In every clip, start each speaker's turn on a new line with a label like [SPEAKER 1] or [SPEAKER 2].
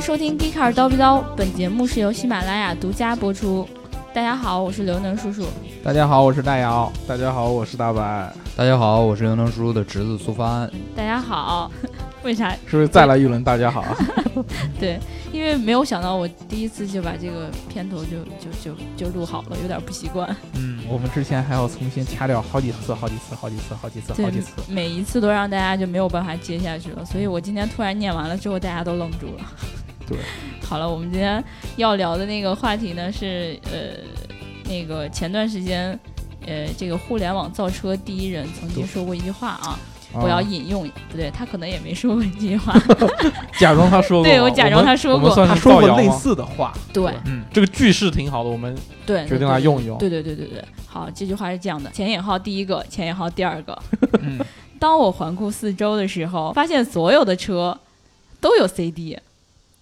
[SPEAKER 1] 收听《g e e k a r 叨逼叨》，本节目是由喜马拉雅独家播出。大家好，我是刘能叔叔。
[SPEAKER 2] 大家好，我是大姚。
[SPEAKER 3] 大家好，我是大白。
[SPEAKER 4] 大家好，我是刘能叔叔的侄子苏帆。
[SPEAKER 1] 大家好， 为啥？
[SPEAKER 3] 是不是再来一轮？大家好，
[SPEAKER 1] 对，因为没有想到我第一次就把这个片头就就就就录好了，有点不习惯。
[SPEAKER 2] 嗯， 我们之前还要重新掐掉好几次、好几次、好几次、好几次、
[SPEAKER 1] 对
[SPEAKER 2] 好几次。，
[SPEAKER 1] 每一次都让大家就没有办法接下去了，所以我今天突然念完了之后，大家都愣住了。
[SPEAKER 3] 对，
[SPEAKER 1] 好了，我们今天要聊的那个话题呢是呃，那个前段时间呃，这个互联网造车第一人曾经说过一句话啊，我
[SPEAKER 2] 嗯
[SPEAKER 1] 要
[SPEAKER 3] 啊
[SPEAKER 1] 引用，不对，他可能也没说过这句 话，
[SPEAKER 2] 假装他说过，
[SPEAKER 1] 对我假装他说过
[SPEAKER 2] 我们我们
[SPEAKER 3] 他
[SPEAKER 2] 算是
[SPEAKER 3] 说
[SPEAKER 2] 造
[SPEAKER 3] 过
[SPEAKER 2] 谣
[SPEAKER 3] 类
[SPEAKER 2] 吗。
[SPEAKER 3] 似 的话，
[SPEAKER 1] 对
[SPEAKER 2] 嗯，
[SPEAKER 3] 这个句式挺好的，我们
[SPEAKER 1] 对，
[SPEAKER 3] 决定来用一用。
[SPEAKER 1] 对对对对对，好，这句话是这样的：前引号第一个，前引号第二个。
[SPEAKER 2] 嗯
[SPEAKER 1] 当我环顾四周的时候，发现所有的车都有 CD，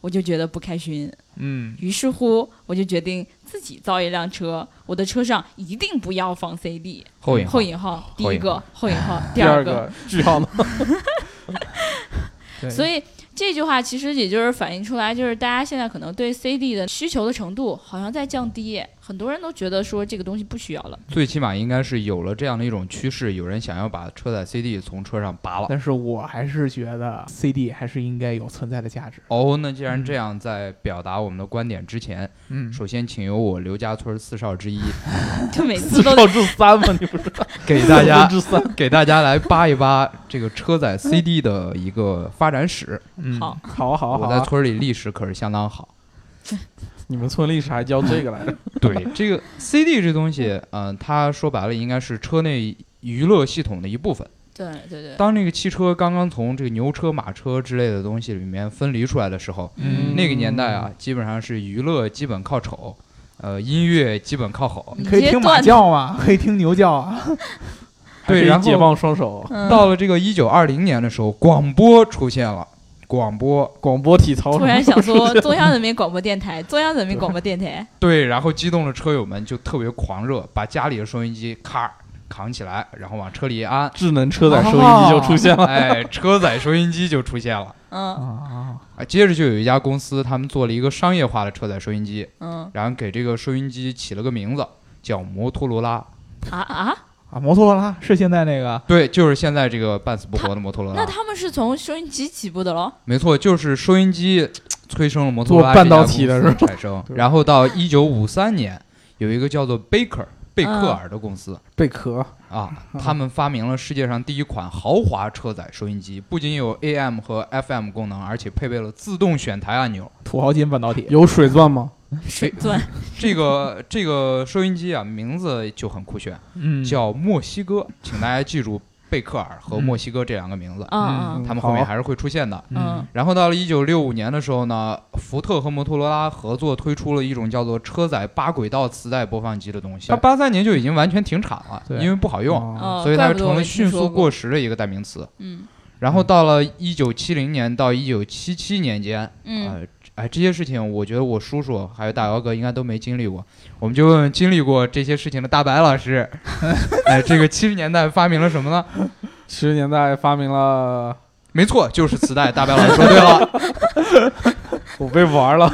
[SPEAKER 1] 我就觉得不开心。
[SPEAKER 2] 嗯，
[SPEAKER 1] 于是乎，我就决定自己造一辆车，我的车上一定不要放 CD。
[SPEAKER 4] 后
[SPEAKER 2] 嗯
[SPEAKER 4] 引号
[SPEAKER 1] 后引号第一个，后引号哎第
[SPEAKER 3] 第
[SPEAKER 1] 二
[SPEAKER 3] 二
[SPEAKER 1] 个。
[SPEAKER 3] 个句 号呢？
[SPEAKER 2] 对
[SPEAKER 1] 所以这句话其实也就是反映出来，就是大家现在可能对 CD 的需求的程度好像在降低，很多人都觉得说这个东西不需要了。
[SPEAKER 4] 最起码应该是有了这样的一种趋势，有人想要把车载 CD 从车上拔了。
[SPEAKER 2] 但是我还是觉得 CD 还是应该有存在的价值。
[SPEAKER 4] 哦，那既然这样，在表达我们的观点之前，
[SPEAKER 2] 嗯，
[SPEAKER 4] 首先请由我刘家村四少之一
[SPEAKER 1] 就每次
[SPEAKER 3] 四
[SPEAKER 1] 都
[SPEAKER 3] 少至三嘛，你不是
[SPEAKER 4] 给 大家
[SPEAKER 3] 至三？
[SPEAKER 4] 给大家来扒一扒这个车载 CD 的一个发展史。
[SPEAKER 2] 嗯
[SPEAKER 1] 好
[SPEAKER 2] 好啊好啊好
[SPEAKER 4] 我
[SPEAKER 2] 啊
[SPEAKER 4] 在村里历史可是相当好。
[SPEAKER 3] 你们村历史还教这个来 着？
[SPEAKER 4] 对这个 CD 这东西，嗯、它说白了应该是车内娱乐系统的一部分。
[SPEAKER 1] 对对对，
[SPEAKER 4] 当那个汽车刚刚从这个牛车、马车之类的东西里面分离出来的时候，
[SPEAKER 2] 嗯
[SPEAKER 4] 那个年代啊，基本上是娱乐基本靠瞅，呃，音乐基本靠吼。
[SPEAKER 3] 嗯
[SPEAKER 1] 你
[SPEAKER 2] 可以
[SPEAKER 1] 这
[SPEAKER 2] 听马
[SPEAKER 1] 段
[SPEAKER 2] 叫吗？可以听牛叫啊。
[SPEAKER 3] 还可以
[SPEAKER 4] 然后
[SPEAKER 3] 解放双手，
[SPEAKER 1] 嗯
[SPEAKER 4] 到了这个一九二零年的时候，广播出现了，广播
[SPEAKER 3] 广播体操。，
[SPEAKER 1] 突然想说中央人民广播电台，中央人民广播电台，
[SPEAKER 4] 对，然后激动的车友们就特别狂热，把家里的收音机咔扛起来，然后往车里一安
[SPEAKER 3] 智能车载收音机就出现了。
[SPEAKER 4] 哎，车载收音机就出现了。
[SPEAKER 1] 嗯
[SPEAKER 2] 啊，
[SPEAKER 4] 啊，接着就有一家公司，他们做了一个商业化的车载收音机，
[SPEAKER 1] 嗯
[SPEAKER 4] 然后给这个收音机起了个名字叫摩托罗拉。
[SPEAKER 1] 啊啊，
[SPEAKER 2] 啊摩托罗拉是现在那个
[SPEAKER 4] 对，就是现在这个半死不活的摩托罗
[SPEAKER 1] 那
[SPEAKER 4] 拉。
[SPEAKER 1] 他们是从收音机起步的喽？
[SPEAKER 4] 没错，就是收音机呃催生了摩托罗
[SPEAKER 2] 做
[SPEAKER 4] 拉
[SPEAKER 2] 半导体的
[SPEAKER 4] 这
[SPEAKER 2] 是
[SPEAKER 4] 家
[SPEAKER 2] 吧。
[SPEAKER 4] 公司产生
[SPEAKER 2] 对
[SPEAKER 4] 然后到一九五三年，有一个叫做贝克贝克尔的公司。
[SPEAKER 2] 贝壳。
[SPEAKER 4] 啊，他们发明了世界上第一款豪华车载收音机，不仅有 AM 和 FM 功能，而且配备了自动选台按钮。
[SPEAKER 2] 土豪金半导体，
[SPEAKER 3] 有水钻吗？
[SPEAKER 1] 水钻，
[SPEAKER 4] 这个这个收音机啊，名字就很酷炫，
[SPEAKER 2] 嗯
[SPEAKER 4] 叫墨西哥，请大家记住贝克尔和墨西哥这两个名字，
[SPEAKER 1] 嗯嗯
[SPEAKER 4] 他们后面
[SPEAKER 2] 好
[SPEAKER 4] 还是会出现的。
[SPEAKER 1] 嗯，
[SPEAKER 4] 然后到了一九六五年的时候呢，福特和摩托罗拉合作推出了一种叫做车载八轨道磁带播放机的东西。它八三年就已经完全停产了，
[SPEAKER 2] 对
[SPEAKER 4] 因为不好用，
[SPEAKER 2] 哦
[SPEAKER 1] 哦，
[SPEAKER 4] 所以
[SPEAKER 1] 怪
[SPEAKER 4] 它
[SPEAKER 1] 不得我
[SPEAKER 4] 成了
[SPEAKER 1] 没听
[SPEAKER 4] 迅
[SPEAKER 1] 说
[SPEAKER 4] 速
[SPEAKER 1] 过，
[SPEAKER 4] 过时的一个代名词。
[SPEAKER 1] 嗯
[SPEAKER 4] 然后到了一九七零年到一九七七年间，
[SPEAKER 1] 嗯，
[SPEAKER 4] 呃，哎，这些事情我觉得我叔叔还有大姚哥应该都没经历过，我们就问问经历过这些事情的大白老师， 哎，这个七十年代发明了什么呢？
[SPEAKER 3] 七十年代发明了，
[SPEAKER 4] 没错，就是磁带。大白老师说对了。
[SPEAKER 3] 我被玩了。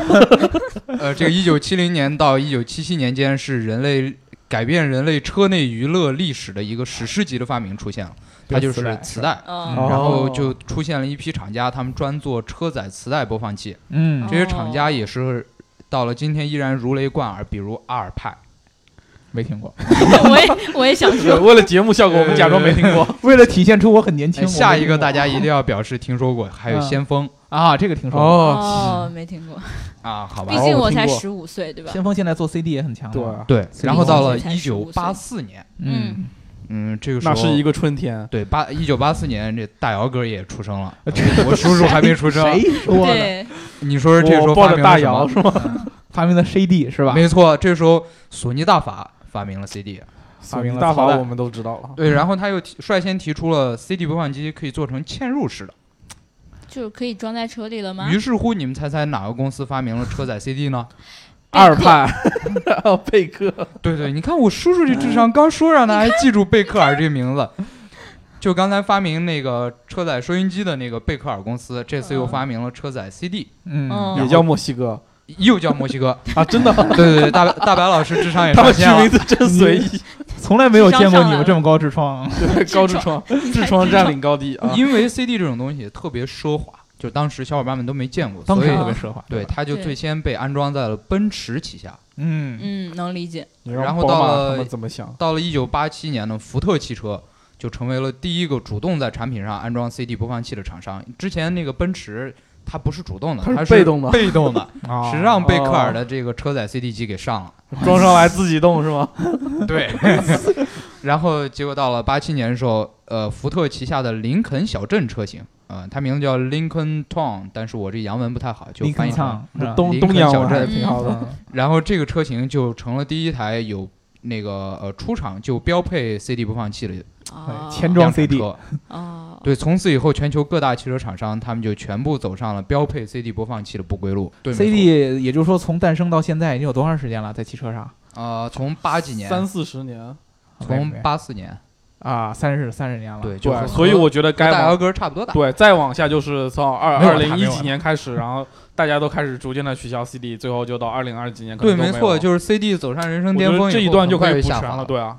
[SPEAKER 4] 呃，这个一九七零年到一九七七年间是人类改变人类车内娱乐历史的一个史诗级的发明出现了，它就
[SPEAKER 2] 磁带
[SPEAKER 4] 是磁带。
[SPEAKER 1] 哦
[SPEAKER 2] 嗯
[SPEAKER 4] 然后就出现了一批厂家，他们专做车载磁带播放器。
[SPEAKER 2] 嗯
[SPEAKER 4] 这些厂家也是到了今天依然如雷贯耳，比如阿尔派。
[SPEAKER 2] 没听过。
[SPEAKER 1] 我也我也想 说，
[SPEAKER 3] 为了节目效果，我们假装没听过。
[SPEAKER 2] 为了体现出我很年轻，
[SPEAKER 4] 哎下一个大
[SPEAKER 2] 家
[SPEAKER 1] 啊
[SPEAKER 4] 家一定要表示听说过，还有
[SPEAKER 2] 嗯
[SPEAKER 4] 先锋
[SPEAKER 2] 啊，这个听说过。
[SPEAKER 1] 哦，没听过，
[SPEAKER 4] 啊，好吧
[SPEAKER 1] 毕。竟
[SPEAKER 3] 我
[SPEAKER 1] 我
[SPEAKER 3] 听
[SPEAKER 1] 才
[SPEAKER 3] 过
[SPEAKER 1] 十五岁，对吧？
[SPEAKER 2] 先锋现在做 CD 也很强啊
[SPEAKER 3] 对，
[SPEAKER 2] 了，
[SPEAKER 4] 对，然后到了
[SPEAKER 1] 才
[SPEAKER 4] 一九
[SPEAKER 1] 15岁
[SPEAKER 4] 八四年，
[SPEAKER 1] 嗯
[SPEAKER 4] 嗯，这个时
[SPEAKER 3] 那
[SPEAKER 4] 候
[SPEAKER 3] 是一个春天。
[SPEAKER 4] 对八一九八四年，这大姚哥也出生了，
[SPEAKER 2] 呃 这
[SPEAKER 4] 我叔叔还没出生。
[SPEAKER 2] 谁说的？
[SPEAKER 1] 对，
[SPEAKER 4] 你说这时候
[SPEAKER 3] 我抱
[SPEAKER 4] 发
[SPEAKER 3] 着
[SPEAKER 4] 明
[SPEAKER 3] 大
[SPEAKER 4] 了什
[SPEAKER 3] 姚
[SPEAKER 4] 么？
[SPEAKER 3] 是吗？
[SPEAKER 2] 发明的 CD 是吧？
[SPEAKER 4] 没错，这时候索尼大法发明了 CD，
[SPEAKER 2] 发明了
[SPEAKER 3] 大
[SPEAKER 2] 磁带
[SPEAKER 3] 法我们都知道了。
[SPEAKER 4] 对，然后他又提率先提出了 CD 播放机可以做成嵌入式的。
[SPEAKER 1] 就是可以装在车里了吗？
[SPEAKER 4] 于是乎，你们猜猜哪个公司发明了车载 CD 呢？
[SPEAKER 1] 贝
[SPEAKER 3] 二
[SPEAKER 1] 克
[SPEAKER 3] 派， 然后贝克，
[SPEAKER 2] 嗯
[SPEAKER 4] 对对，你看我叔叔这智商，刚说让大家记住贝克尔这个名字。就刚才发明那个车载收音机的那个贝克尔公司，这次又
[SPEAKER 2] 嗯
[SPEAKER 4] 发明了车载 CD，
[SPEAKER 3] 嗯，
[SPEAKER 1] 嗯
[SPEAKER 3] 也叫墨西哥
[SPEAKER 4] 又叫墨西哥。
[SPEAKER 3] 啊，真的，
[SPEAKER 4] 对对对，大大白老师智商也
[SPEAKER 3] 他
[SPEAKER 4] 上线
[SPEAKER 3] 们取名
[SPEAKER 4] 了。
[SPEAKER 3] 字真随意，
[SPEAKER 2] 从来没有见
[SPEAKER 1] 智
[SPEAKER 2] 过
[SPEAKER 1] 商上
[SPEAKER 2] 你
[SPEAKER 1] 来
[SPEAKER 2] 有
[SPEAKER 1] 了
[SPEAKER 2] 这么高智商。啊
[SPEAKER 3] 对，高智
[SPEAKER 1] 创
[SPEAKER 3] 创，智创占领高地啊，
[SPEAKER 4] 因为 CD 这种东西特别奢华，就当时小伙伴们都没见过，
[SPEAKER 2] 当
[SPEAKER 4] 所
[SPEAKER 2] 时
[SPEAKER 4] 以
[SPEAKER 2] 特别奢华，
[SPEAKER 4] 对
[SPEAKER 2] 吧，
[SPEAKER 4] 它就
[SPEAKER 1] 对
[SPEAKER 4] 最先被安装在了奔驰旗下。
[SPEAKER 2] 嗯，
[SPEAKER 1] 嗯，能理解。
[SPEAKER 3] 你让
[SPEAKER 4] 然后
[SPEAKER 3] 宝马
[SPEAKER 4] 到了
[SPEAKER 3] 他们怎么想？
[SPEAKER 4] 到了一九八七年呢，福特汽车就成为了第一个主动在产品上安装 CD 播放器的厂商。之前那个奔驰，它不是主动的，
[SPEAKER 3] 它是
[SPEAKER 4] 它
[SPEAKER 3] 被动的
[SPEAKER 4] 被动的，
[SPEAKER 2] 啊
[SPEAKER 4] 是让贝克尔的这个车载 CD 机给上了。
[SPEAKER 3] 装上来自己动是吗？
[SPEAKER 4] 对，然后结果到了八七年的时候，呃，福特旗下的林肯小镇车型，呃，它名字叫 Lincoln Town，但是我这洋文不太好，就
[SPEAKER 2] 林
[SPEAKER 4] 翻
[SPEAKER 2] 肯
[SPEAKER 4] 译成。
[SPEAKER 2] 唱是吧
[SPEAKER 3] 东
[SPEAKER 4] 林肯
[SPEAKER 3] 东洋
[SPEAKER 4] 小
[SPEAKER 3] 我还是
[SPEAKER 1] 镇
[SPEAKER 3] 挺好
[SPEAKER 2] 嗯
[SPEAKER 3] 的，
[SPEAKER 4] 然后这个车型就成了第一台有那个呃出厂就标配 CD 播放器的
[SPEAKER 1] 啊，
[SPEAKER 2] 前装
[SPEAKER 4] 量产
[SPEAKER 2] CD
[SPEAKER 4] 车。
[SPEAKER 1] 啊，
[SPEAKER 4] 对，从此以后，全球各大汽车厂商他们就全部走上了标配 CD 播放器的不归路。对没错
[SPEAKER 2] CD 也就是说从诞生到现在已经有多长时间了，在汽车上
[SPEAKER 4] 呃，从八几 年，
[SPEAKER 3] 三四十年，
[SPEAKER 4] 从八四年，
[SPEAKER 2] 啊三十三十年了，
[SPEAKER 4] 对，就
[SPEAKER 3] 对，
[SPEAKER 4] 是
[SPEAKER 3] 所以我觉得该
[SPEAKER 4] 大
[SPEAKER 3] 往
[SPEAKER 4] 姚哥差不多大。
[SPEAKER 3] 对，再往下就是从二
[SPEAKER 2] 没有
[SPEAKER 3] 二
[SPEAKER 2] 了
[SPEAKER 3] 零
[SPEAKER 2] 没
[SPEAKER 3] 一
[SPEAKER 2] 有
[SPEAKER 3] 几
[SPEAKER 2] 了
[SPEAKER 3] 年开始，然后大家都开始逐渐的取消 CD，最后就到二零二几年可
[SPEAKER 4] 对，
[SPEAKER 3] 能都
[SPEAKER 4] 没
[SPEAKER 3] 有
[SPEAKER 4] 错，
[SPEAKER 3] 了
[SPEAKER 4] 就是 CD 走上人生巅
[SPEAKER 3] 我觉
[SPEAKER 4] 峰以
[SPEAKER 3] 得这一
[SPEAKER 4] 后
[SPEAKER 3] 段就
[SPEAKER 4] 很快
[SPEAKER 3] 开始
[SPEAKER 4] 就
[SPEAKER 3] 补
[SPEAKER 4] 下
[SPEAKER 3] 全
[SPEAKER 4] 滑
[SPEAKER 3] 了，。对啊，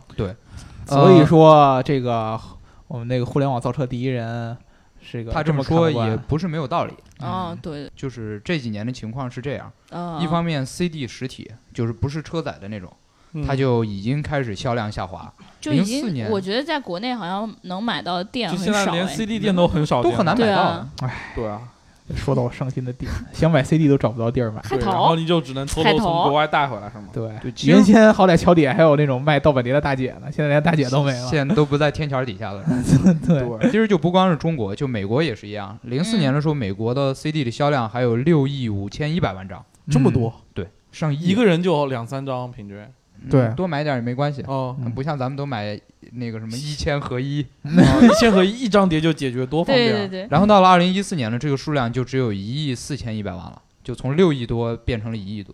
[SPEAKER 2] 所
[SPEAKER 4] 嗯
[SPEAKER 2] 以说这个我们那个互联网造车第一人是个
[SPEAKER 4] 他
[SPEAKER 2] 这
[SPEAKER 4] 这么
[SPEAKER 2] 看
[SPEAKER 4] 说
[SPEAKER 2] 不惯
[SPEAKER 4] 也不是没有道理。
[SPEAKER 1] 啊，对，
[SPEAKER 4] 就是这几年的情况是这样，
[SPEAKER 1] 啊，
[SPEAKER 4] 一方面 CD 实体就是不是车载的那种，它
[SPEAKER 3] 嗯
[SPEAKER 4] 就已经开始销量下 滑，
[SPEAKER 1] 就已
[SPEAKER 4] 04
[SPEAKER 1] 经，
[SPEAKER 4] 年
[SPEAKER 1] 我觉得在国内好像能买到店
[SPEAKER 3] 就
[SPEAKER 1] 很
[SPEAKER 3] 现在
[SPEAKER 1] 少
[SPEAKER 3] 连
[SPEAKER 1] 哎，
[SPEAKER 3] CD 店都很少
[SPEAKER 4] 都
[SPEAKER 3] 见了，
[SPEAKER 4] 很难买
[SPEAKER 1] 对
[SPEAKER 4] 到
[SPEAKER 1] 啊
[SPEAKER 4] 啊。，
[SPEAKER 3] 对啊，
[SPEAKER 2] 说到我伤心的点，想买 CD 都找不到地儿买。
[SPEAKER 1] 海
[SPEAKER 3] 对，然后
[SPEAKER 1] 淘
[SPEAKER 3] 你就只能偷
[SPEAKER 1] 海
[SPEAKER 3] 偷从
[SPEAKER 1] 淘
[SPEAKER 3] 国外带回来，是吗？
[SPEAKER 2] 对
[SPEAKER 4] 对其实
[SPEAKER 2] 原先好歹小姐还有那种卖盗版碟的大姐呢，现在连大姐都没了。
[SPEAKER 4] 现在都不在天桥底下了。
[SPEAKER 2] 对，
[SPEAKER 4] 其实就不光是中国，就美国也是一样。零四年的时候，美国的 CD 的销量还有六亿五千一百万张，
[SPEAKER 2] 嗯
[SPEAKER 3] 这么多，
[SPEAKER 4] 对，上亿
[SPEAKER 3] 一个人就两三张平均。
[SPEAKER 4] 嗯
[SPEAKER 2] 对
[SPEAKER 4] 多买点也没关系，
[SPEAKER 3] 哦，
[SPEAKER 2] 嗯
[SPEAKER 4] 不像咱们都买那个什么一千合一。
[SPEAKER 3] 一 千合一，一张碟就解决，多方
[SPEAKER 1] 对
[SPEAKER 3] 便
[SPEAKER 1] 对
[SPEAKER 3] 啊。
[SPEAKER 1] 对，
[SPEAKER 4] 然后到了二零一四年呢，这个数量就只有一亿四千一百万了，就从六亿多变成了一亿多，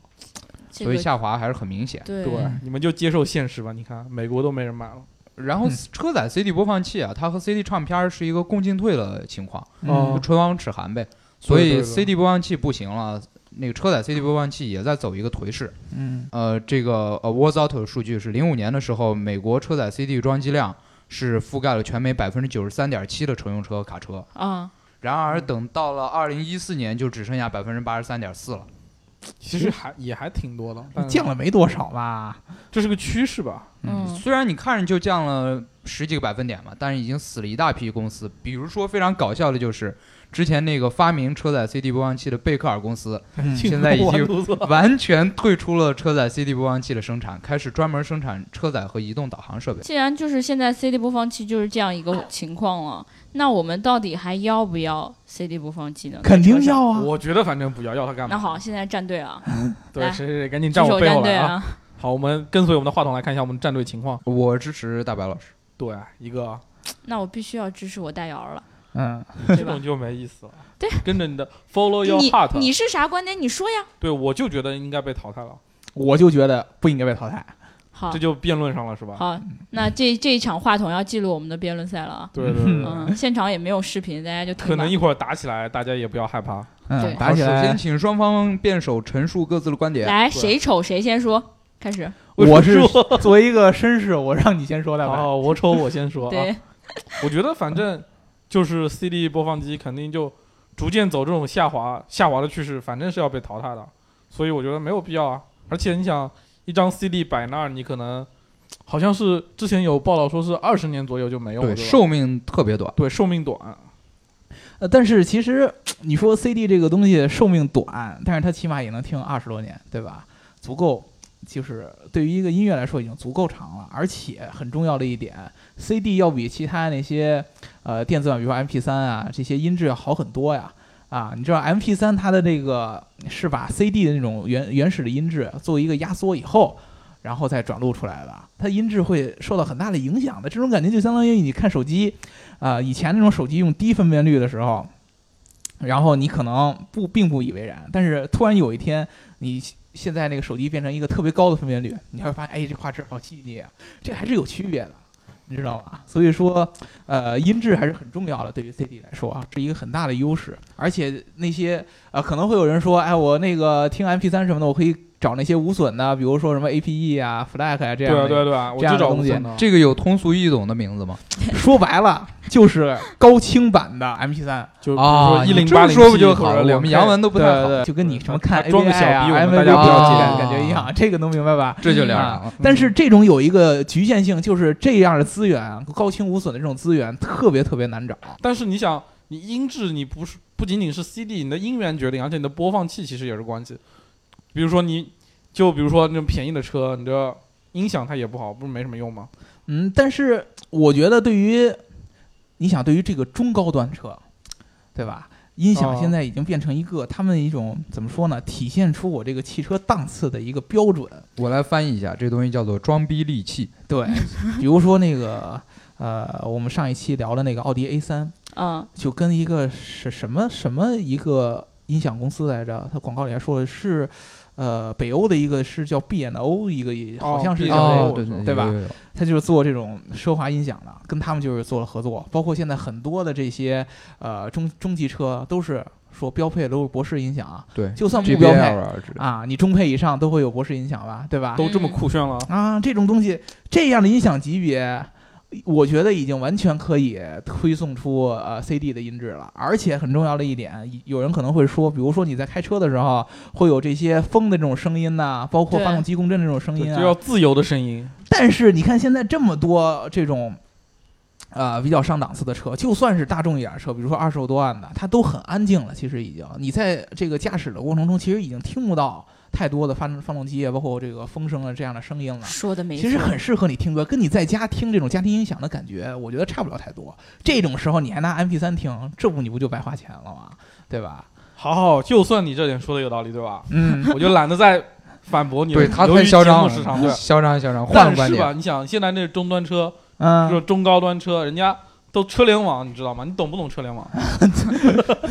[SPEAKER 1] 这
[SPEAKER 4] 所以
[SPEAKER 1] 个
[SPEAKER 4] 下滑还是很明显。
[SPEAKER 1] 对
[SPEAKER 3] 对，你们就接受现实吧。你看，美国都没人买了。
[SPEAKER 4] 然后
[SPEAKER 2] 嗯
[SPEAKER 4] 车载 CD 播放器啊，它和 CD 唱片儿是一个共进退的情况，就
[SPEAKER 2] 嗯
[SPEAKER 3] 哦
[SPEAKER 4] 唇亡齿寒呗。所
[SPEAKER 3] 对
[SPEAKER 4] 以
[SPEAKER 3] 对对
[SPEAKER 4] CD 播放器不行了，那个车载 CD 播放器也在走一个颓势。
[SPEAKER 2] 嗯，
[SPEAKER 4] 呃，这个呃 w a r s Auto 的数据是零五年的时候，美国车载 CD 装机量是覆盖了全美百分之九十三点七的乘用车和卡车。
[SPEAKER 1] 啊，
[SPEAKER 4] 然而，等到了二零一四年，就只剩下百分之八十三点四了。
[SPEAKER 3] 其实还也还挺多的，
[SPEAKER 4] 嗯
[SPEAKER 3] 但
[SPEAKER 2] 降了没多少嘛。
[SPEAKER 3] 这是个趋势吧？
[SPEAKER 1] 嗯
[SPEAKER 4] 虽然你看着就降了十几个百分点嘛，但是已经死了一大批公司。比如说，非常搞笑的就是之前那个发明车载 CD 播放器的贝克尔公 司，嗯现在已经
[SPEAKER 3] 我都说
[SPEAKER 4] 完全退出了车载 CD 播放器的生产，开始专门生产车载和移动导航设备。
[SPEAKER 1] 既然就是现在 CD 播放器就是这样一个情况了，那我们到底还要不要 CD 播放器呢？
[SPEAKER 2] 肯定要啊，
[SPEAKER 3] 我觉得反正不要，要它干嘛？
[SPEAKER 1] 那好，，现在站队啊，
[SPEAKER 3] 对，
[SPEAKER 1] 来
[SPEAKER 3] 谁谁谁赶紧
[SPEAKER 1] 举
[SPEAKER 3] 站我
[SPEAKER 1] 手
[SPEAKER 3] 背
[SPEAKER 1] 站
[SPEAKER 3] 后
[SPEAKER 1] 队
[SPEAKER 3] 来啊！
[SPEAKER 1] 啊！
[SPEAKER 3] 好，我们跟随我们的话筒来看一下我们战队情况。
[SPEAKER 4] 我支持大白老师。
[SPEAKER 3] 对，一个
[SPEAKER 1] 那我必须要支持我大姚了，
[SPEAKER 2] 嗯，
[SPEAKER 1] 对
[SPEAKER 3] 这
[SPEAKER 1] 吧
[SPEAKER 3] 种？就没意思了。
[SPEAKER 1] 对，
[SPEAKER 3] 跟着你的 follow your
[SPEAKER 1] 你
[SPEAKER 3] heart，
[SPEAKER 1] 你是啥观点？你说呀。
[SPEAKER 3] 对我就觉得应该被淘汰了，
[SPEAKER 2] 我就觉得不应该被淘汰。
[SPEAKER 1] 好
[SPEAKER 3] 这，就辩论上了是吧？
[SPEAKER 1] 好，那这这一场话筒要记录我们的辩论赛了啊。
[SPEAKER 3] 对对对对，
[SPEAKER 1] 嗯，现场也没有视频，大家就听
[SPEAKER 3] 可
[SPEAKER 1] 吧
[SPEAKER 3] 能一会儿打起来，大家也不要害怕。
[SPEAKER 1] 对
[SPEAKER 2] 嗯，打起
[SPEAKER 4] 好首先，
[SPEAKER 2] 来。
[SPEAKER 4] 请双方辩手陈述各自的观点。
[SPEAKER 1] 来谁丑谁先说，开始。
[SPEAKER 2] 我是
[SPEAKER 3] 说
[SPEAKER 2] 作为一个绅士，我让你先 说来吧。
[SPEAKER 3] 哦，我瞅我先说啊。
[SPEAKER 1] 对，
[SPEAKER 3] 我觉得反正就是 CD 播放机肯定就逐渐走这种下滑下滑的趋势，反正是要被淘汰的，所以我觉得没有必要啊。而且你想，一张 CD 摆那儿，你可能好像是之前有报道说是二十年左右就没用了，
[SPEAKER 4] 对，
[SPEAKER 3] 对吧
[SPEAKER 4] 寿命特别短。
[SPEAKER 3] 对寿命短，
[SPEAKER 2] 呃，但是其实你说 CD 这个东西寿命短，但是它起码也能听二十多年，对吧？足够，就是对于一个音乐来说已经足够长了。而且很重要的一点，CD 要比其他那些呃电子版，比如说 MP3 啊这些音质要好很多呀。啊，你知道 MP3 它的这个是把 CD 的那种原原始的音质作为一个压缩以后，然后再转录出来的，它音质会受到很大的影响的。这种感觉就相当于你看手机，啊，以前那种手机用低分辨率的时候，然后你可能不并不以为然，但是突然有一天，你现在那个手机变成一个特别高的分辨率，你还会发现，哎，这画质好细腻啊，这还是有区别的。你知道吧？所以说，呃，音质还是很重要的，对于 CD 来说啊，是一个很大的优势。而且那些呃，可能会有人说，哎，我那个听 MP3 什么的，我可以找那些无损的，比如说什么 APE 啊、FLAC 啊这
[SPEAKER 3] 对
[SPEAKER 2] 样的。
[SPEAKER 3] 啊对啊对啊，我
[SPEAKER 2] 这样
[SPEAKER 3] 就
[SPEAKER 2] 的
[SPEAKER 3] 找
[SPEAKER 2] 东西
[SPEAKER 3] 无损的
[SPEAKER 4] 这个有通俗易懂的名字吗？
[SPEAKER 2] 说白了就是高清版的 MP3。
[SPEAKER 3] 就比如
[SPEAKER 4] 啊，
[SPEAKER 3] 哦说一零八
[SPEAKER 4] 你这
[SPEAKER 3] 零
[SPEAKER 4] 么说不就好了？我们洋文都不
[SPEAKER 2] 对
[SPEAKER 4] 太
[SPEAKER 2] 对
[SPEAKER 4] 好，
[SPEAKER 2] 对，就跟你什么看
[SPEAKER 3] 他装个
[SPEAKER 2] API 啊、
[SPEAKER 3] 小逼我们
[SPEAKER 2] MV
[SPEAKER 3] 大家
[SPEAKER 4] 不要急
[SPEAKER 2] 感觉一样，
[SPEAKER 3] 嗯
[SPEAKER 2] 这个能明白吧？
[SPEAKER 4] 这就了
[SPEAKER 2] 啊
[SPEAKER 1] 嗯
[SPEAKER 4] 解了。
[SPEAKER 2] 但是这种有一个局限性，就是这样的资源，高清无损的这种资源特别特别难找。
[SPEAKER 3] 但是你想，你音质你不是不仅仅是 CD，你的音源决定，而且你的播放器其实也是关系。比如说你，就比如说那种便宜的车，你这音响它也不好，不是没什么用吗？
[SPEAKER 2] 嗯，但是我觉得对于你想，对于这个中高端车，对吧？音响
[SPEAKER 3] 哦
[SPEAKER 2] 现在已经变成一个他们一种怎么说呢？体现出我这个汽车档次的一个标准。
[SPEAKER 4] 我来翻译一下，这东西叫做装逼利器。
[SPEAKER 2] 对，比如说那个呃，我们上一期聊的那个奥迪 A 三，
[SPEAKER 1] 嗯，
[SPEAKER 2] 就跟一个是什么什么一个音响公司来着，它广告里还说的是，呃，北欧的一个是叫 B N O 一个，好像是
[SPEAKER 3] 对
[SPEAKER 2] 叫
[SPEAKER 3] 哦
[SPEAKER 2] 这个
[SPEAKER 3] 对
[SPEAKER 4] 对对
[SPEAKER 2] 对吧
[SPEAKER 4] 有有有
[SPEAKER 2] 他就是做这种奢华音响的，跟他们就是做了合作，包括现在很多的这些呃中中级车都是说标配都是博士音响，啊
[SPEAKER 4] 对，
[SPEAKER 2] 就算不标
[SPEAKER 4] GBL
[SPEAKER 2] 配
[SPEAKER 4] 啊之类的
[SPEAKER 2] 啊，你中配以上都会有博士音响吧，对吧？
[SPEAKER 3] 都这么酷炫了，
[SPEAKER 2] 啊，这种东西这样的音响级别，我觉得已经完全可以推送出呃 CD 的音质了。而且很重要的一点，有人可能会说，比如说你在开车的时候会有这些风的这种声音呐、包括
[SPEAKER 1] 对
[SPEAKER 2] 发动机共振的这种声
[SPEAKER 3] 就
[SPEAKER 2] 音啊，
[SPEAKER 3] 就要自由的声音。
[SPEAKER 2] 但是你看现在这么多这种，呃，比较上档次的车，就算是大众一点的车，比如说二十多万的，它都很安静了。其实已经，你在这个驾驶的过程中，其实已经听不到太多的发发动机啊，包括这个风声啊这样的声音了。
[SPEAKER 1] 嗯说的没错，
[SPEAKER 2] 其实很适合你听歌，跟你在家听这种家庭音响的感觉，我觉得差不了太多。这种时候你还拿 MP 3听，这不你不就白花钱了吗？对吧？
[SPEAKER 3] 好好，就算你这点说的有道理，对吧？
[SPEAKER 2] 嗯，
[SPEAKER 3] 我就懒得再反驳你了。
[SPEAKER 4] 对他
[SPEAKER 3] 由于
[SPEAKER 4] 太嚣张
[SPEAKER 3] 节目市场
[SPEAKER 4] 了，
[SPEAKER 3] 对。
[SPEAKER 4] 嚣张嚣张，换
[SPEAKER 3] 但
[SPEAKER 4] 个观
[SPEAKER 3] 是吧，
[SPEAKER 4] 点。
[SPEAKER 3] 你想现在那终端车，
[SPEAKER 2] 嗯，
[SPEAKER 3] 就是中高端车，人家都车联网，你知道吗？你懂不懂车联网？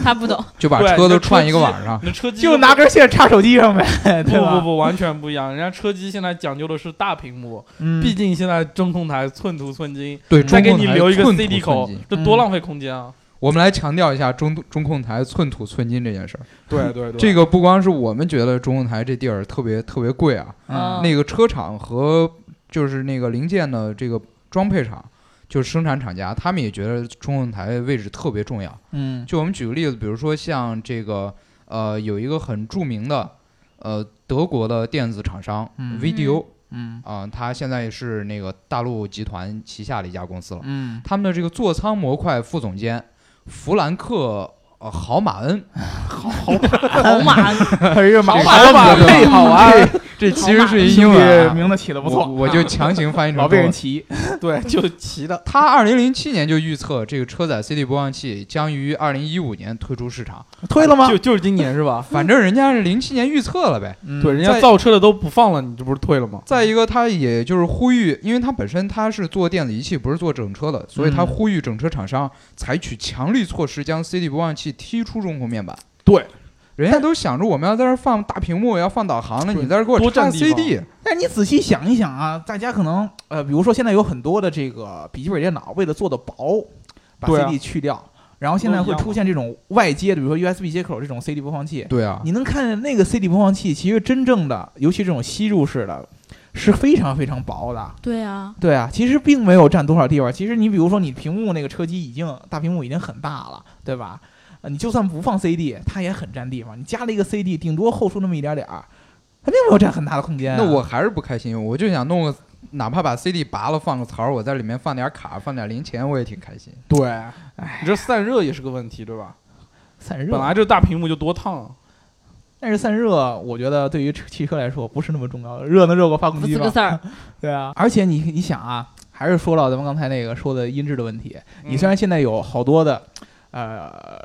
[SPEAKER 1] 他不懂，
[SPEAKER 4] 就把
[SPEAKER 3] 对
[SPEAKER 4] 车
[SPEAKER 3] 你
[SPEAKER 4] 都
[SPEAKER 3] 的
[SPEAKER 4] 串
[SPEAKER 3] 车
[SPEAKER 4] 一个
[SPEAKER 3] 机
[SPEAKER 4] 晚上。
[SPEAKER 3] 你的车机
[SPEAKER 2] 就拿根线插手机上呗，对
[SPEAKER 3] 不不
[SPEAKER 2] 吧？
[SPEAKER 3] 不，完全不一样。人家车机现在讲究的是大屏幕，
[SPEAKER 2] 嗯
[SPEAKER 3] 毕竟现在中控台寸土寸金，
[SPEAKER 4] 对，
[SPEAKER 3] 再
[SPEAKER 4] 中
[SPEAKER 3] 给
[SPEAKER 4] 控
[SPEAKER 3] 你
[SPEAKER 4] 台
[SPEAKER 3] 留一个
[SPEAKER 4] 寸土
[SPEAKER 3] CD
[SPEAKER 4] 寸
[SPEAKER 3] 口
[SPEAKER 4] 金，嗯
[SPEAKER 3] 这多浪费空间啊！
[SPEAKER 4] 我们来强调一下中中控台寸土寸金这件事儿。
[SPEAKER 3] 对对对，
[SPEAKER 4] 这
[SPEAKER 3] 个
[SPEAKER 4] 个不光是我们觉得中控台这地儿特别特别贵啊，
[SPEAKER 1] 嗯
[SPEAKER 4] 那个车厂和就是那个零件的这个装配厂，就是生产厂家，他们也觉得中控台位置特别重要。
[SPEAKER 2] 嗯
[SPEAKER 4] 就我们举个例子，比如说像这个呃，有一个很著名的呃德国的电子厂商
[SPEAKER 2] 嗯
[SPEAKER 4] VDO
[SPEAKER 2] 嗯
[SPEAKER 4] 啊、它现在是那个大陆集团旗下的一家公司了。
[SPEAKER 2] 嗯，
[SPEAKER 4] 他们的这个座舱模块副总监弗兰克呃豪马 恩，
[SPEAKER 1] 好马，
[SPEAKER 2] 哎呀妈
[SPEAKER 1] 好马
[SPEAKER 2] 呀，
[SPEAKER 4] 马
[SPEAKER 2] 马配好玩儿，
[SPEAKER 4] 哎这其实是一
[SPEAKER 2] 兄
[SPEAKER 4] 英文、
[SPEAKER 2] 弟
[SPEAKER 4] 啊，
[SPEAKER 2] 名字起的不
[SPEAKER 4] 我
[SPEAKER 2] 错，
[SPEAKER 4] 我就强行翻译
[SPEAKER 2] 老
[SPEAKER 4] 成
[SPEAKER 2] 被
[SPEAKER 4] 中
[SPEAKER 2] 人
[SPEAKER 4] 文。
[SPEAKER 2] 骑。
[SPEAKER 3] 对就齐的，
[SPEAKER 4] 他二零零七年就预测这个车载 CD 播放器将于二零一五年推出市场，
[SPEAKER 2] 推了吗
[SPEAKER 3] 就就是今年是吧？
[SPEAKER 4] 反正人家是零七年预测了呗。
[SPEAKER 2] 嗯
[SPEAKER 3] 对，人家
[SPEAKER 4] 在
[SPEAKER 3] 造车的都不放了，你这不是退了吗？
[SPEAKER 4] 再一个，他也就是呼吁，因为他本身他是做电子仪器，不是做整车的，所以他
[SPEAKER 2] 嗯
[SPEAKER 4] 呼吁整车厂商采取强力措施，将 CD 播放器踢出中控面板。
[SPEAKER 3] 对，
[SPEAKER 4] 人家都想着我们要在这儿放大屏幕，要放导航了，你
[SPEAKER 3] 对
[SPEAKER 4] 在这儿给我
[SPEAKER 3] 多
[SPEAKER 4] 插
[SPEAKER 3] 占地方
[SPEAKER 4] CD，
[SPEAKER 2] 但是你仔细想一想啊，大家可能呃，比如说现在有很多的这个笔记本电脑，为了做的薄，把
[SPEAKER 3] 对啊
[SPEAKER 2] CD 去掉，然后现在
[SPEAKER 3] 都一
[SPEAKER 2] 会
[SPEAKER 3] 样嘛
[SPEAKER 2] 出现这种外接的，比如说 USB 接口这种 CD 播放器。
[SPEAKER 4] 对啊，
[SPEAKER 2] 你能看见那个 CD 播放器，其实真正的，尤其这种吸入式的，是非常非常薄的。
[SPEAKER 1] 对啊，
[SPEAKER 2] 对啊，其实并没有占多少地方。其实你比如说，你屏幕那个车机已经大屏幕已经很大了，对吧？呃你就算不放 CD，它也很占地方。你加了一个 CD，顶多后出那么一点点儿，它并没有占很大的空间啊、
[SPEAKER 4] 那我还是不开心，我就想弄个，哪怕把 CD 拔了放个槽儿，我在里面放点卡，放点零钱，我也挺开心。
[SPEAKER 3] 对，
[SPEAKER 2] 啊
[SPEAKER 3] 你这散热也是个问题，对吧？
[SPEAKER 2] 散热
[SPEAKER 3] 本来这大屏幕就多烫啊，
[SPEAKER 2] 但是散热，我觉得对于车汽车来说不是那么重要，热能热过发动
[SPEAKER 1] 不
[SPEAKER 2] 机
[SPEAKER 1] 是个
[SPEAKER 2] 吗
[SPEAKER 1] 事？儿，
[SPEAKER 2] 对啊，而且你你想啊，还是说到咱们刚才那个说的音质的问题。你
[SPEAKER 3] 嗯
[SPEAKER 2] 虽然现在有好多的，呃，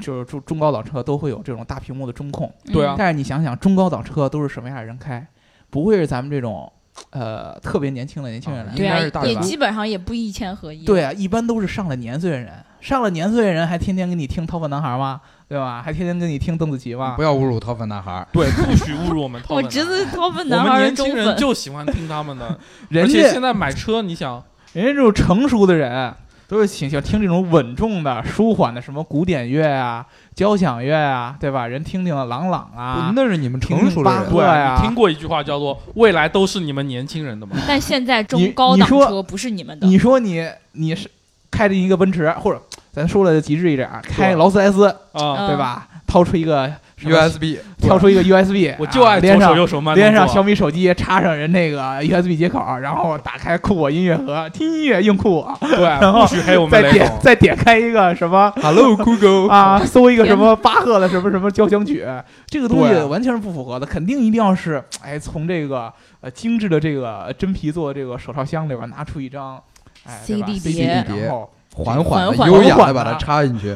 [SPEAKER 2] 就是中中高档车都会有这种大屏幕的中控，
[SPEAKER 3] 对啊
[SPEAKER 2] 但是你想想，中高档车都是什么样的人开？不会是咱们这种呃特别年轻的年轻人来
[SPEAKER 4] 啊
[SPEAKER 1] 嗯，
[SPEAKER 2] 开？
[SPEAKER 1] 对
[SPEAKER 4] 应
[SPEAKER 1] 啊
[SPEAKER 4] 该是大，
[SPEAKER 1] 也
[SPEAKER 4] 吧
[SPEAKER 1] 基本上也不一千合一，
[SPEAKER 2] 对，啊，一般都是上了年岁的人，上了年岁的人还天天给你听《逃跑男孩》吗？对吧？还天天跟你听邓紫棋吗
[SPEAKER 4] 不？要侮辱掏粪男孩儿。
[SPEAKER 3] 对，不许侮辱我们 套
[SPEAKER 1] 我
[SPEAKER 3] 粉啊。
[SPEAKER 1] 侄子他们
[SPEAKER 3] 我
[SPEAKER 1] 男
[SPEAKER 3] 们
[SPEAKER 1] 孩儿
[SPEAKER 3] 年
[SPEAKER 1] 中
[SPEAKER 3] 轻人
[SPEAKER 1] 粉，
[SPEAKER 3] 就喜欢听他们的，而
[SPEAKER 2] 人
[SPEAKER 3] 且
[SPEAKER 2] 家
[SPEAKER 3] 现在买车，你想
[SPEAKER 2] 人家这种成熟的人都是喜欢听这种稳重的、舒缓的，什么古典乐啊、交响乐啊，对吧？人听听朗朗啊，
[SPEAKER 4] 那是你们成熟的
[SPEAKER 2] 八
[SPEAKER 4] 人。
[SPEAKER 2] 卦呀、
[SPEAKER 3] 听过一句话叫做“未来都是你们年轻人的”嘛。
[SPEAKER 1] 但现在
[SPEAKER 2] 你
[SPEAKER 1] 中高
[SPEAKER 2] 你
[SPEAKER 1] 档
[SPEAKER 2] 说
[SPEAKER 1] 车不是你们的，
[SPEAKER 2] 你说你你是开着一个奔驰，或者咱说了极致一点啊，开劳斯莱斯，
[SPEAKER 3] 啊，
[SPEAKER 1] 嗯
[SPEAKER 2] 对吧？掏出一个什么
[SPEAKER 4] USB
[SPEAKER 2] 挑出一个 USB，
[SPEAKER 3] 我就爱
[SPEAKER 2] 啊
[SPEAKER 3] 左
[SPEAKER 2] 连
[SPEAKER 3] 手
[SPEAKER 2] 上
[SPEAKER 3] 右手慢动
[SPEAKER 2] 连上
[SPEAKER 3] 作
[SPEAKER 2] 小米手机，插上人那个 USB 接口，然后打开酷我音乐盒，听音乐用酷我，
[SPEAKER 3] 对，
[SPEAKER 2] 后
[SPEAKER 3] 不许黑我们
[SPEAKER 2] 再
[SPEAKER 3] 雷
[SPEAKER 2] 点
[SPEAKER 3] 总。
[SPEAKER 2] 再点开一个什么
[SPEAKER 4] Hello Google
[SPEAKER 2] 啊，搜一个什
[SPEAKER 1] 天
[SPEAKER 2] 么巴赫的什么什么交响曲，这个东西
[SPEAKER 4] 对啊
[SPEAKER 2] 完全是不符合的，肯定一定要是哎从这个呃精致的这个真皮做的这个手套箱里边拿出一张哎对吧
[SPEAKER 1] CD
[SPEAKER 2] CD
[SPEAKER 4] 碟
[SPEAKER 2] 然后
[SPEAKER 4] 缓缓
[SPEAKER 1] 缓
[SPEAKER 4] 的、
[SPEAKER 1] 缓
[SPEAKER 4] 优
[SPEAKER 2] 缓
[SPEAKER 4] 雅
[SPEAKER 2] 缓
[SPEAKER 4] 的
[SPEAKER 2] 地
[SPEAKER 4] 把它插进去，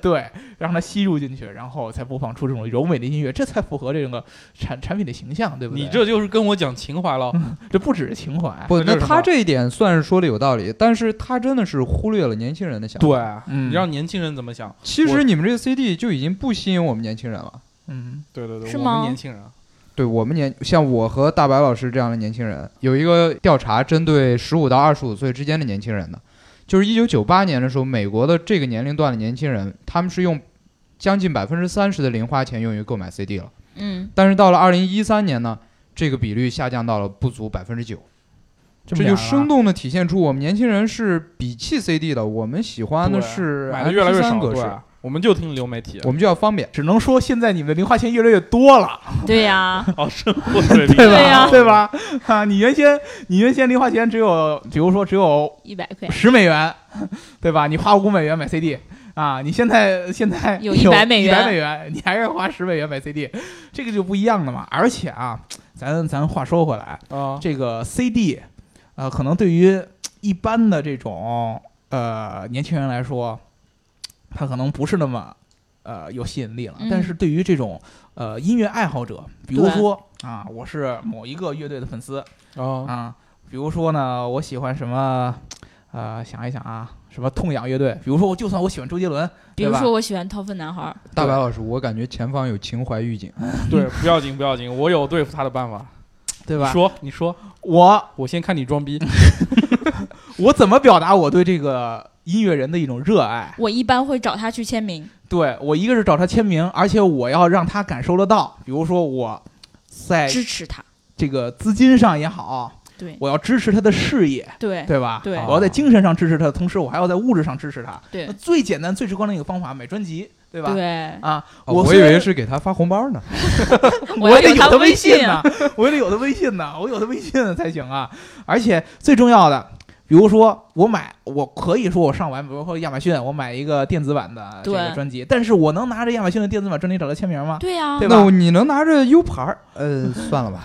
[SPEAKER 2] 对，让它吸入进去，然后才播放出这种柔美的音乐，这才符合这个产产品的形象，对不对？
[SPEAKER 3] 你这就是跟我讲情 怀了，
[SPEAKER 2] 这不只是情怀，
[SPEAKER 4] 不，
[SPEAKER 3] 那
[SPEAKER 4] 那
[SPEAKER 3] 这是什
[SPEAKER 4] 他
[SPEAKER 3] 么
[SPEAKER 4] 这一点算是说的有道理，但是他真的是忽略了年轻人的想法。，
[SPEAKER 2] 嗯
[SPEAKER 3] 你让年轻人怎么想？
[SPEAKER 4] 其
[SPEAKER 3] 我
[SPEAKER 4] 实你们这 CD 就已经不吸引我们年轻人了。
[SPEAKER 2] 嗯，
[SPEAKER 3] 对对对，
[SPEAKER 1] 是
[SPEAKER 3] 我
[SPEAKER 1] 吗
[SPEAKER 3] 们年轻人啊，
[SPEAKER 4] 对我们年，像我和大白老师这样的年轻人，有一个调查针对十五到二十五岁之间的年轻人的，就是一九九八年的时候，美国的这个年龄段的年轻人，他们是用将近百分之三十的零花钱用于购买 CD 了。
[SPEAKER 1] 嗯，
[SPEAKER 4] 但是到了二零一三年呢，这个比率下降到了不足百分之九，
[SPEAKER 2] 这
[SPEAKER 4] 这
[SPEAKER 2] 么
[SPEAKER 4] 就
[SPEAKER 2] 讲
[SPEAKER 4] 生
[SPEAKER 2] 啊
[SPEAKER 4] 动的体现出我们年轻人是鄙弃 CD 的，我们喜欢的
[SPEAKER 3] 对
[SPEAKER 4] 是
[SPEAKER 3] 买的越来越
[SPEAKER 4] MP3
[SPEAKER 3] 少，
[SPEAKER 4] 格
[SPEAKER 3] 对
[SPEAKER 4] 式，
[SPEAKER 3] 啊，我们就听流媒体啊
[SPEAKER 4] 我们就要方便。
[SPEAKER 2] 只能说现在你们的零花钱越来越多了，
[SPEAKER 1] 对呀、
[SPEAKER 3] 哦，生活水平哦
[SPEAKER 2] 对吧？
[SPEAKER 1] 对呀
[SPEAKER 2] 对吧？ 啊，你原先你原先零花钱只有，比如说只有
[SPEAKER 1] 一百块
[SPEAKER 2] 十美元，对吧？你花五美元买 CD 啊，你现在现在
[SPEAKER 1] 有
[SPEAKER 2] 100
[SPEAKER 1] 100美
[SPEAKER 2] 元，
[SPEAKER 1] 元
[SPEAKER 2] 美元，你还是花十美元买 CD，这个就不一样了嘛。而且啊，咱咱话说回来，
[SPEAKER 3] 啊，
[SPEAKER 2] 这个 CD，呃，可能对于一般的这种呃年轻人来说，他可能不是那么呃有吸引力了。
[SPEAKER 1] 嗯
[SPEAKER 2] 但是对于这种呃音乐爱好者，比如
[SPEAKER 1] 对
[SPEAKER 2] 说啊，我是某一个乐队的粉丝
[SPEAKER 3] 啊
[SPEAKER 2] 啊，比如说呢，我喜欢什么，呃，想一想啊，什么痛痒乐队，比如说我就算我喜欢周杰伦，
[SPEAKER 1] 比
[SPEAKER 2] 对
[SPEAKER 1] 如
[SPEAKER 2] 吧
[SPEAKER 1] 说我喜欢掏粪男孩儿，
[SPEAKER 4] 大白老师，我感觉前方有情怀预警。
[SPEAKER 3] 对，不要紧不要紧，我有对付他的办法。
[SPEAKER 2] 对
[SPEAKER 3] 你
[SPEAKER 2] 吧？
[SPEAKER 3] 说你说，
[SPEAKER 2] 我
[SPEAKER 3] 我先看你 装逼。
[SPEAKER 2] 我怎么表达我对这个音乐人的一种热爱？
[SPEAKER 1] 我一般会找他去签名。
[SPEAKER 2] 对我一个是找他签名，而且我要让他感受得到，比如说我在
[SPEAKER 1] 支持他。
[SPEAKER 2] 这个资金上也好，
[SPEAKER 1] 对
[SPEAKER 2] 我要支持他的事业，
[SPEAKER 1] 对
[SPEAKER 2] 哎对吧？
[SPEAKER 1] 对
[SPEAKER 2] 我要在精神上支持他，同时我还要在物质上支持他。
[SPEAKER 1] 对
[SPEAKER 2] 那最简单、最直观的一个方法，买专辑，对吧？
[SPEAKER 1] 对，
[SPEAKER 2] 啊，我
[SPEAKER 4] 哦我
[SPEAKER 2] 虽
[SPEAKER 4] 以
[SPEAKER 2] 然
[SPEAKER 4] 为是给他发红包呢。
[SPEAKER 1] 我
[SPEAKER 2] 我
[SPEAKER 1] 要
[SPEAKER 2] 得
[SPEAKER 1] 有他
[SPEAKER 2] 他
[SPEAKER 1] 微
[SPEAKER 2] 信
[SPEAKER 1] 信啊
[SPEAKER 2] 呢，我得有他微信呢，我有他微信才行啊。而且最重要的，比如说我买，我可以说我上完，比如说亚马逊，我买一个电子版的这个
[SPEAKER 1] 对
[SPEAKER 2] 专辑，但是我能拿着亚马逊的电子版专辑找他签名吗？
[SPEAKER 1] 对啊呀、
[SPEAKER 2] 啊对吧
[SPEAKER 4] 那我你能拿着 U 盘儿？呃，算了 吧。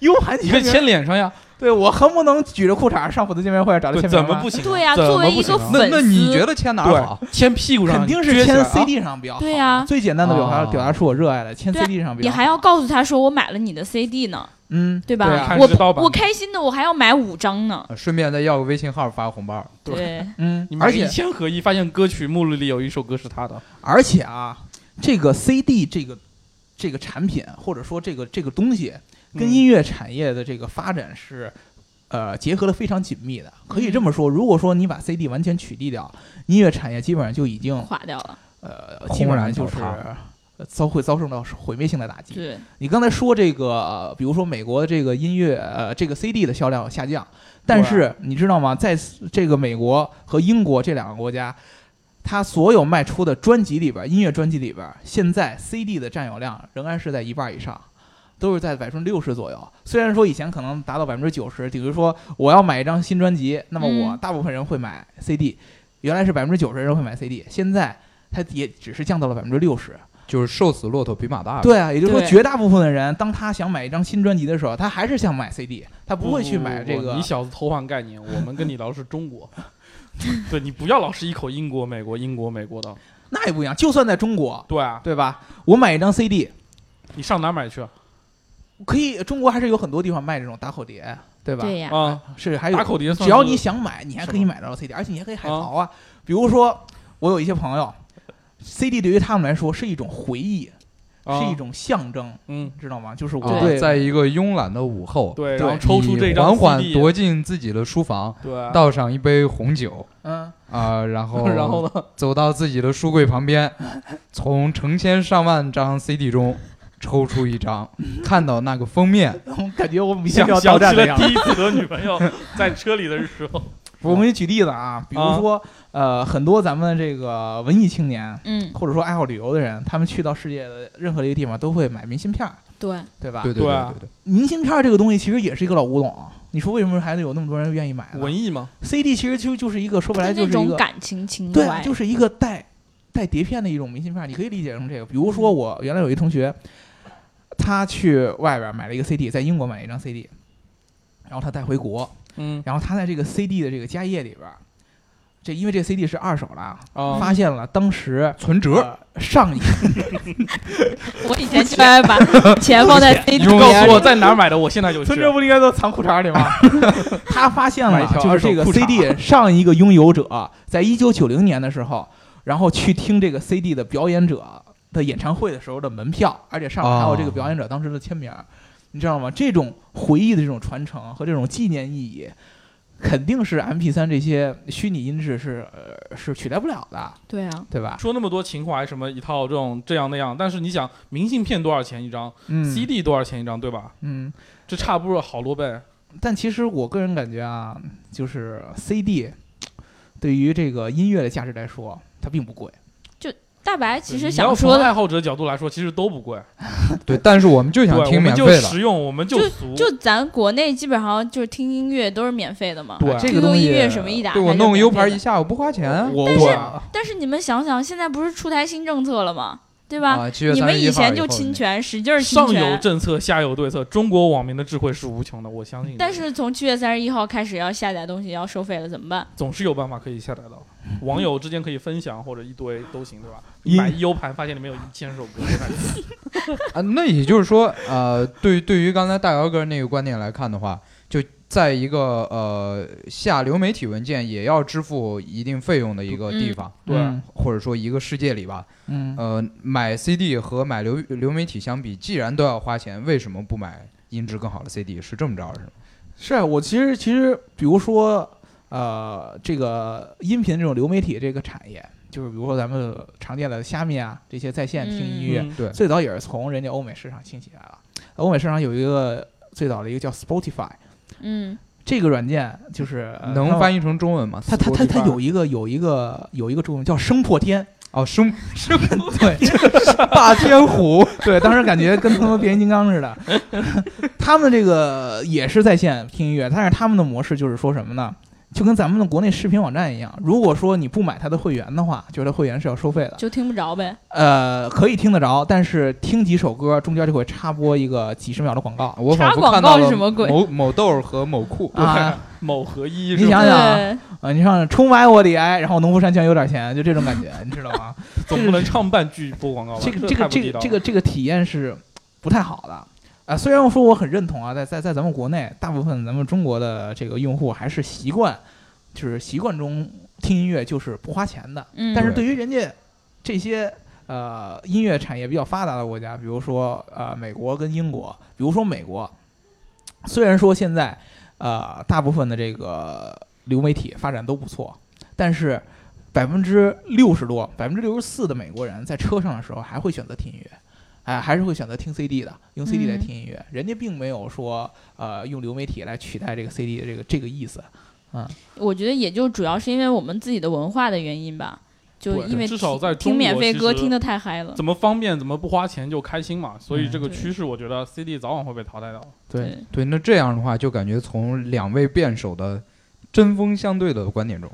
[SPEAKER 2] 优
[SPEAKER 1] 啊
[SPEAKER 2] 盘
[SPEAKER 3] 你
[SPEAKER 2] 签
[SPEAKER 3] 可以
[SPEAKER 2] 名
[SPEAKER 3] 签脸 上呀，
[SPEAKER 2] 对我恨不能举着裤衩上粉丝见面会找他
[SPEAKER 3] 对
[SPEAKER 2] 签名
[SPEAKER 3] 怎么
[SPEAKER 2] 吗
[SPEAKER 3] 不？行啊？
[SPEAKER 1] 对呀、
[SPEAKER 3] 怎
[SPEAKER 1] 作
[SPEAKER 3] 么
[SPEAKER 1] 为
[SPEAKER 3] 不
[SPEAKER 1] 一
[SPEAKER 3] 行
[SPEAKER 1] 个
[SPEAKER 3] 啊？
[SPEAKER 4] 那
[SPEAKER 1] 粉丝，
[SPEAKER 4] 那你觉得签哪
[SPEAKER 1] 啊
[SPEAKER 4] 儿好？
[SPEAKER 3] 签屁股上
[SPEAKER 2] 肯定
[SPEAKER 3] 撅
[SPEAKER 2] 是
[SPEAKER 3] 起来
[SPEAKER 2] 签
[SPEAKER 3] 啊哦
[SPEAKER 2] CD 上比较好。
[SPEAKER 1] 对呀
[SPEAKER 2] 最简单的表达
[SPEAKER 4] 啊
[SPEAKER 2] 表达出我热爱了，签
[SPEAKER 1] 对啊
[SPEAKER 2] CD 上比
[SPEAKER 1] 你
[SPEAKER 2] 较好。
[SPEAKER 1] 还要告诉他说我买了你的 CD 呢，
[SPEAKER 2] 嗯，
[SPEAKER 1] 对吧？
[SPEAKER 2] 对啊
[SPEAKER 3] 看
[SPEAKER 1] 我
[SPEAKER 3] 是盗版
[SPEAKER 1] 我
[SPEAKER 3] 的
[SPEAKER 1] 开心的，我还要买五张呢。
[SPEAKER 4] 呃顺便再要个微信号发个红包。
[SPEAKER 3] 对
[SPEAKER 1] 对，
[SPEAKER 2] 嗯
[SPEAKER 3] 你，买
[SPEAKER 2] 而
[SPEAKER 3] 一
[SPEAKER 2] 且
[SPEAKER 3] 千合一，发现歌曲目录里有一首歌是他的，
[SPEAKER 2] 而且啊，这个 CD 这个这个产品或者说这个这个东西跟
[SPEAKER 3] 嗯
[SPEAKER 2] 音乐产业的这个发展是。呃，结合的非常紧密的，可以这么说。如果说你把 CD 完全取缔掉，音乐产业基本上就已经
[SPEAKER 1] 垮掉了。
[SPEAKER 2] 呃，基本上就是
[SPEAKER 4] 轰然
[SPEAKER 2] 呃遭会遭受到毁灭性的打击。
[SPEAKER 1] 对，
[SPEAKER 2] 你刚才说这个，呃比如说美国的这个音乐，呃，这个 CD 的销量下降，但是你知道吗？在这个美国和英国这两个国家，它所有卖出的专辑里边，音乐专辑里边，现在 CD 的占有量仍然是在一半以上。都是在百分之六十左右，虽然说以前可能达到百分之九十，比如说我要买一张新专辑，那么我
[SPEAKER 1] 嗯
[SPEAKER 2] 大部分人会买 CD，、原来是百分之九十人会买 CD，现在它也只是降到了百分之六十，
[SPEAKER 4] 就是瘦死骆驼比马大。，
[SPEAKER 2] 对啊，也就是说，
[SPEAKER 1] 对
[SPEAKER 2] 绝大部分的人，当他想买一张新专辑的时候，他还是想买 CD，他不会去买这
[SPEAKER 3] 不不
[SPEAKER 2] 个
[SPEAKER 3] 你。小子偷换概念，我们跟你聊的是中国。 对你不要老是一口英国、美国、英国、美国的。
[SPEAKER 2] 那也不一样，就算在中国，
[SPEAKER 3] 对啊，
[SPEAKER 2] 对吧？我买一张 CD，
[SPEAKER 3] 你上哪儿买 去啊？
[SPEAKER 2] 可以，中国还是有很多地方卖这种打口碟，对吧？
[SPEAKER 1] 对呀、
[SPEAKER 3] 啊
[SPEAKER 2] 是还有
[SPEAKER 3] 打，口碟算是，
[SPEAKER 2] 只要你想买，你还可以
[SPEAKER 3] 什
[SPEAKER 2] 买到 CD，而且你还可以海淘啊。比如说，我有一些朋友，CD 对于他们来说是一种回忆，
[SPEAKER 3] 啊
[SPEAKER 2] 是一种象征，
[SPEAKER 3] 嗯，
[SPEAKER 2] 知道吗？就是我
[SPEAKER 4] 啊
[SPEAKER 2] 对，
[SPEAKER 4] 在一个慵懒的午后，
[SPEAKER 3] 对，
[SPEAKER 2] 对
[SPEAKER 3] 然后抽出这
[SPEAKER 4] 你
[SPEAKER 3] 张
[SPEAKER 4] 缓缓
[SPEAKER 3] CD
[SPEAKER 4] 踱进自己的书房，
[SPEAKER 3] 对，啊
[SPEAKER 4] 倒上一杯红酒
[SPEAKER 2] 嗯，
[SPEAKER 4] 啊、然后
[SPEAKER 3] 然后呢，
[SPEAKER 4] 走到自己的书柜 旁边，从成千上万张 CD 中抽出一张，
[SPEAKER 1] 嗯
[SPEAKER 4] 看到那个封面，
[SPEAKER 2] 我感觉我明天
[SPEAKER 3] 想
[SPEAKER 2] 就要
[SPEAKER 3] 想
[SPEAKER 2] 到站
[SPEAKER 3] 起
[SPEAKER 2] 的
[SPEAKER 3] 了
[SPEAKER 2] 样子
[SPEAKER 3] 第。一次和女朋友在车里的时 候，
[SPEAKER 2] 我们也举例子啊，比如说，呃，很多咱们这个文艺青年
[SPEAKER 1] 嗯，
[SPEAKER 2] 或者说爱好旅游的人，他们去到世界的任何一个地方都会买明信片儿，
[SPEAKER 1] 对，
[SPEAKER 2] 对吧？
[SPEAKER 4] 对对
[SPEAKER 3] 对
[SPEAKER 4] 对
[SPEAKER 3] 啊
[SPEAKER 4] 对
[SPEAKER 2] 明信片儿这个东西其实也是一个老古董，你说为什么还有那么多人愿意买呢
[SPEAKER 3] 文艺嘛，
[SPEAKER 2] ？CD 其实就就是一个说白了
[SPEAKER 1] 就
[SPEAKER 2] 就
[SPEAKER 1] 那
[SPEAKER 2] 是一
[SPEAKER 1] 种
[SPEAKER 2] 个
[SPEAKER 1] 感情情
[SPEAKER 2] 对啊，
[SPEAKER 1] 怀，
[SPEAKER 2] 就是一个带带碟片的一种明信片，你可以理解成这个。比如
[SPEAKER 1] 嗯
[SPEAKER 2] 说，我原来有一同学，他去外边买了一个 CD，在英国买了一张 CD，然后他带回国，
[SPEAKER 3] 嗯
[SPEAKER 2] 然后他在这个 CD 的这个家业里边儿，这因为这个 CD 是二手了啊，
[SPEAKER 4] 哦
[SPEAKER 3] 啊，
[SPEAKER 2] 发现了当时
[SPEAKER 4] 存
[SPEAKER 1] 啊
[SPEAKER 4] 折。
[SPEAKER 2] 呃上一
[SPEAKER 1] 我以前就爱把钱放在 CD
[SPEAKER 3] 你
[SPEAKER 1] 里
[SPEAKER 3] 告
[SPEAKER 1] 面
[SPEAKER 3] 诉我在哪儿买的，我现在就去
[SPEAKER 2] 存。折不应该都藏裤衩 里吗？他发现
[SPEAKER 4] 买一
[SPEAKER 2] 了，
[SPEAKER 4] 条
[SPEAKER 2] 就是这
[SPEAKER 4] 二
[SPEAKER 2] 个
[SPEAKER 4] 手裤衩
[SPEAKER 2] CD 上一个拥有者，在一九九零年的时候，然后去听这个 CD 的表演者的演唱会的时候的门票，而且上面还有这个表演者当时的签名儿，你知道吗？这种回忆的这种传承和这种纪念意义。肯定是 M P 三这些虚拟音质是呃是取代不了的，
[SPEAKER 1] 对啊，
[SPEAKER 2] 对吧？
[SPEAKER 3] 说那么多情怀什么一套这种这样那样，但是你想明信片多少钱一张、
[SPEAKER 2] 嗯
[SPEAKER 3] c d 多少钱一张，对吧？
[SPEAKER 2] 嗯，
[SPEAKER 3] 这差不多好多呗。
[SPEAKER 2] 但其实我个人感觉啊，就是 CD 对于这个音乐的价值来说，它并不贵。
[SPEAKER 1] 大白其实
[SPEAKER 3] 你要
[SPEAKER 1] 想
[SPEAKER 3] 从
[SPEAKER 1] 说的
[SPEAKER 3] 爱好者角度来说，其实都不贵，
[SPEAKER 4] 对，但是我们就
[SPEAKER 3] 对，
[SPEAKER 4] 想
[SPEAKER 3] 我
[SPEAKER 4] 听
[SPEAKER 3] 们
[SPEAKER 4] 免
[SPEAKER 3] 就
[SPEAKER 4] 费的，
[SPEAKER 3] 实用，我们就俗，
[SPEAKER 1] 就咱国内基本上就是听音乐都是免费的嘛。
[SPEAKER 3] 对
[SPEAKER 2] 这个
[SPEAKER 1] QQ
[SPEAKER 2] 东西
[SPEAKER 1] 音乐什么一打开
[SPEAKER 4] 对
[SPEAKER 1] 就免
[SPEAKER 4] 我
[SPEAKER 1] 费的，
[SPEAKER 4] 弄个 U 盘一下午不花钱啊
[SPEAKER 3] 我
[SPEAKER 1] 但是
[SPEAKER 3] 我
[SPEAKER 1] 但是你们想想，现在不是出台新政策了吗？对吧？
[SPEAKER 4] 啊！七月
[SPEAKER 1] 你
[SPEAKER 4] 三
[SPEAKER 1] 们
[SPEAKER 4] 十一
[SPEAKER 1] 以
[SPEAKER 4] 号
[SPEAKER 1] 前就
[SPEAKER 4] 后
[SPEAKER 1] 侵权，使劲儿侵
[SPEAKER 3] 上有
[SPEAKER 1] 权，
[SPEAKER 3] 政策，下有对策，中国网民的智慧是无穷的，我相信。
[SPEAKER 1] 但是从七月三十一号开始要下载东西要收费了，怎么办？
[SPEAKER 3] 总是有办法可以下载到，网友之间可以分享或者一堆都行，对吧？
[SPEAKER 2] 音
[SPEAKER 3] 买 U 盘发现里面有一千首歌，
[SPEAKER 4] 啊，那也就是说，呃，对对于刚才大姚哥那个观点来看的话，就在一个呃下流媒体文件也要支付一定费用的一个地方，
[SPEAKER 3] 对
[SPEAKER 2] 嗯
[SPEAKER 4] 或者说一个世界里吧，
[SPEAKER 2] 嗯，
[SPEAKER 4] 呃，买 CD 和买流流媒体相比，既然都要花钱，为什么不买音质更好的 CD？是这么着是吗？
[SPEAKER 2] 是啊我其实其实，比如说呃，这个音频这种流媒体这个产业，就是比如说咱们常见的虾米啊这些在线听音乐，
[SPEAKER 3] 嗯
[SPEAKER 4] 对
[SPEAKER 2] 最早也是从人家欧美市场兴起来了。欧美市场有一个最早的一个叫 Spotify，
[SPEAKER 1] 嗯，
[SPEAKER 2] 这个软件就是、呃、
[SPEAKER 4] 能翻
[SPEAKER 2] 译。
[SPEAKER 4] 译成中文吗？
[SPEAKER 2] 它它它它
[SPEAKER 4] Spotify
[SPEAKER 2] 有一个有一个有一个中文叫声破天，
[SPEAKER 4] 哦，声声
[SPEAKER 2] 对，
[SPEAKER 4] 霸天虎，
[SPEAKER 2] 对，当时感觉跟他妈变形金刚似的。 他们这个也是在线听音乐，但是他们的模式就是说什么呢？就跟咱们的国内视频网站一样，如果说你不买它的会员的话，觉得会员是要收费的。
[SPEAKER 1] 就听不着呗。
[SPEAKER 2] 呃，可以听得着，但是听几首歌中间就会插播一个几十秒的广告。
[SPEAKER 4] 啊我
[SPEAKER 1] 插
[SPEAKER 4] 仿佛
[SPEAKER 1] 广
[SPEAKER 4] 看
[SPEAKER 1] 告
[SPEAKER 4] 到
[SPEAKER 1] 是
[SPEAKER 4] 了
[SPEAKER 1] 什么鬼
[SPEAKER 4] 某某豆儿和某酷
[SPEAKER 3] 对
[SPEAKER 2] 啊，
[SPEAKER 3] 某合一
[SPEAKER 2] 你
[SPEAKER 3] 是吧
[SPEAKER 2] 想想啊，
[SPEAKER 1] 对，
[SPEAKER 2] 呃你上充满我的爱，然后农夫山泉有点钱，就这种感觉，你知道吗？
[SPEAKER 3] 总不能唱半句播广告吧？
[SPEAKER 2] 这个这
[SPEAKER 3] 太
[SPEAKER 2] 个
[SPEAKER 3] 不
[SPEAKER 2] 这
[SPEAKER 3] 地
[SPEAKER 2] 个
[SPEAKER 3] 道
[SPEAKER 2] 这个这个体验是不太好的啊、虽然我说我很认同啊，在在在咱们国内，大部分咱们中国的这个用户还是习惯，就是习惯中听音乐就是不花钱的。
[SPEAKER 1] 嗯，
[SPEAKER 2] 但是对于人家这些呃音乐产业比较发达的国家，比如说呃美国跟英国，比如说美国，虽然说现在呃大部分的这个流媒体发展都不错，但是百分之六十多、百分之六十四的美国人在车上的时候还会选择听音乐。哎，还是会选择听 CD 的，用 CD 来
[SPEAKER 1] 嗯
[SPEAKER 2] 听音乐，人家并没有说，呃，用流媒体来取代这个 CD 的这个这个意思。
[SPEAKER 1] 我觉得也就主要是因为我们自己的文化的原因吧，就
[SPEAKER 3] 对
[SPEAKER 1] 因为
[SPEAKER 3] 至少
[SPEAKER 1] 听
[SPEAKER 3] 在中
[SPEAKER 1] 听免
[SPEAKER 3] 国
[SPEAKER 1] 费
[SPEAKER 3] 其
[SPEAKER 1] 歌
[SPEAKER 3] 实
[SPEAKER 1] 听的太嗨了
[SPEAKER 3] 怎。么方便怎么不花钱就开心嘛，所以
[SPEAKER 2] 嗯
[SPEAKER 3] 这个
[SPEAKER 1] 对
[SPEAKER 3] 趋势我觉得 CD 早晚会被淘汰掉。
[SPEAKER 2] 对，
[SPEAKER 1] 对，
[SPEAKER 4] 对，那这样的话，就感觉从两位辩手的针锋相对的观点中，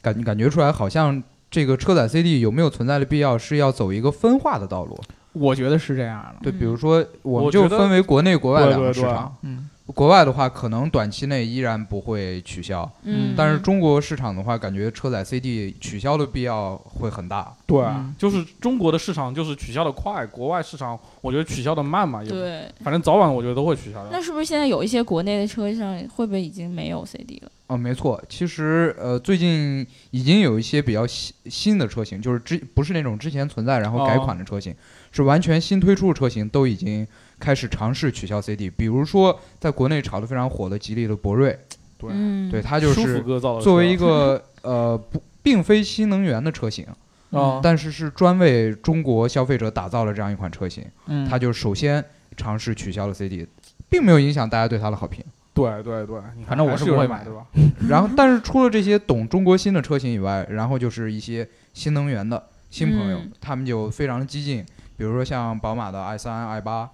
[SPEAKER 4] 感感觉出来，好像这个车载 CD 有没有存在的必要，是要走一个分化的道路。
[SPEAKER 2] 我觉得是这样的。
[SPEAKER 4] 对，比
[SPEAKER 1] 嗯
[SPEAKER 4] 如说，我
[SPEAKER 3] 我
[SPEAKER 4] 们
[SPEAKER 3] 觉
[SPEAKER 4] 就
[SPEAKER 3] 得
[SPEAKER 4] 分为国内、国外
[SPEAKER 3] 对
[SPEAKER 4] 两个
[SPEAKER 3] 对
[SPEAKER 4] 市
[SPEAKER 3] 对
[SPEAKER 4] 场。
[SPEAKER 2] 嗯，
[SPEAKER 4] 国外的话，可能短期内依然不会取消，
[SPEAKER 1] 嗯，
[SPEAKER 4] 但是中国市场的话，感觉车载 CD 取消的必要会很大。
[SPEAKER 3] 对
[SPEAKER 2] 嗯，
[SPEAKER 3] 就是中国的市场就是取消的快，国外市场我觉得取消的慢嘛，也不
[SPEAKER 1] 对，
[SPEAKER 3] 反正早晚我觉得都会取消
[SPEAKER 1] 那
[SPEAKER 3] 的。
[SPEAKER 1] 是不是现在有一些国内的车上会不会已经没有 CD 了？
[SPEAKER 4] 哦，没错，其实呃，最近已经有一些比较新新的车型，就是之不是那种之前存在然后改款的车型，是完全新推出的车型，都已经开始尝试取消 CD。比如说，在国内炒得非常火的吉利的博瑞，
[SPEAKER 3] 对
[SPEAKER 1] 嗯，
[SPEAKER 4] 对，它就
[SPEAKER 3] 舒
[SPEAKER 4] 是
[SPEAKER 3] 服哥造的车，
[SPEAKER 4] 作为一个呃不并非新能源的车型，
[SPEAKER 2] 嗯哦
[SPEAKER 3] 啊，
[SPEAKER 4] 但是是专为中国消费者打造了这样一款车型，
[SPEAKER 2] 嗯，
[SPEAKER 4] 它就首先尝试取消了 CD，并没有影响大家对它的好评。
[SPEAKER 3] 对对对，你看
[SPEAKER 2] 反正我
[SPEAKER 3] 还
[SPEAKER 2] 是
[SPEAKER 3] 是
[SPEAKER 2] 不
[SPEAKER 3] 有人
[SPEAKER 2] 会买
[SPEAKER 3] 买，对吧？
[SPEAKER 4] 然
[SPEAKER 1] 嗯
[SPEAKER 4] 后，但是除了这些懂中国新的车型以外，然后就是一些新能源的新朋友，
[SPEAKER 1] 嗯
[SPEAKER 4] 他们就非常的激进，比如说像宝马的 i
[SPEAKER 1] 嗯
[SPEAKER 4] 三、i 八，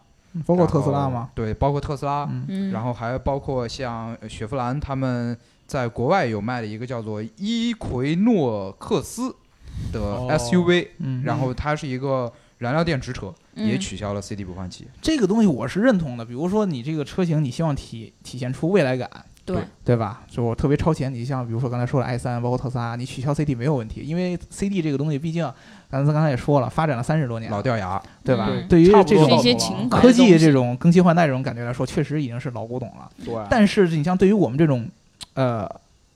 [SPEAKER 2] 包
[SPEAKER 4] 包
[SPEAKER 2] 括特斯拉嘛，？
[SPEAKER 4] 对，包括特斯拉，
[SPEAKER 2] 嗯
[SPEAKER 1] 嗯，
[SPEAKER 4] 然后还包括像雪佛兰他们在国外有卖的一个叫做伊奎诺克斯的
[SPEAKER 3] 哦
[SPEAKER 4] SUV，、
[SPEAKER 2] 嗯，
[SPEAKER 4] 然后它是一个燃料电池车，
[SPEAKER 1] 嗯
[SPEAKER 4] 也取消了 CD 播放器。
[SPEAKER 2] 这个东西我是认同的。比如说你这个车型，你希望体体现出未来感，
[SPEAKER 1] 对，
[SPEAKER 2] 对吧？就我特别超前，你像比如说刚才说了 i 三，包括特斯拉，你取消 CD 没有问题，因为 CD 这个东西毕竟，咱咱刚才也说了，发展了三十多年了
[SPEAKER 4] 老，掉牙，
[SPEAKER 2] 对吧？
[SPEAKER 1] 嗯
[SPEAKER 2] 对于
[SPEAKER 3] 差不
[SPEAKER 2] 这
[SPEAKER 3] 多
[SPEAKER 1] 是一
[SPEAKER 2] 种
[SPEAKER 3] 到头
[SPEAKER 1] 些
[SPEAKER 3] 了
[SPEAKER 1] 情怀
[SPEAKER 2] 科技
[SPEAKER 1] 的
[SPEAKER 2] 这
[SPEAKER 1] 东西
[SPEAKER 2] 种更新换代这种感觉来说，确实已经是老古董了。
[SPEAKER 3] 对，
[SPEAKER 2] 但是你像对于我们这种，呃，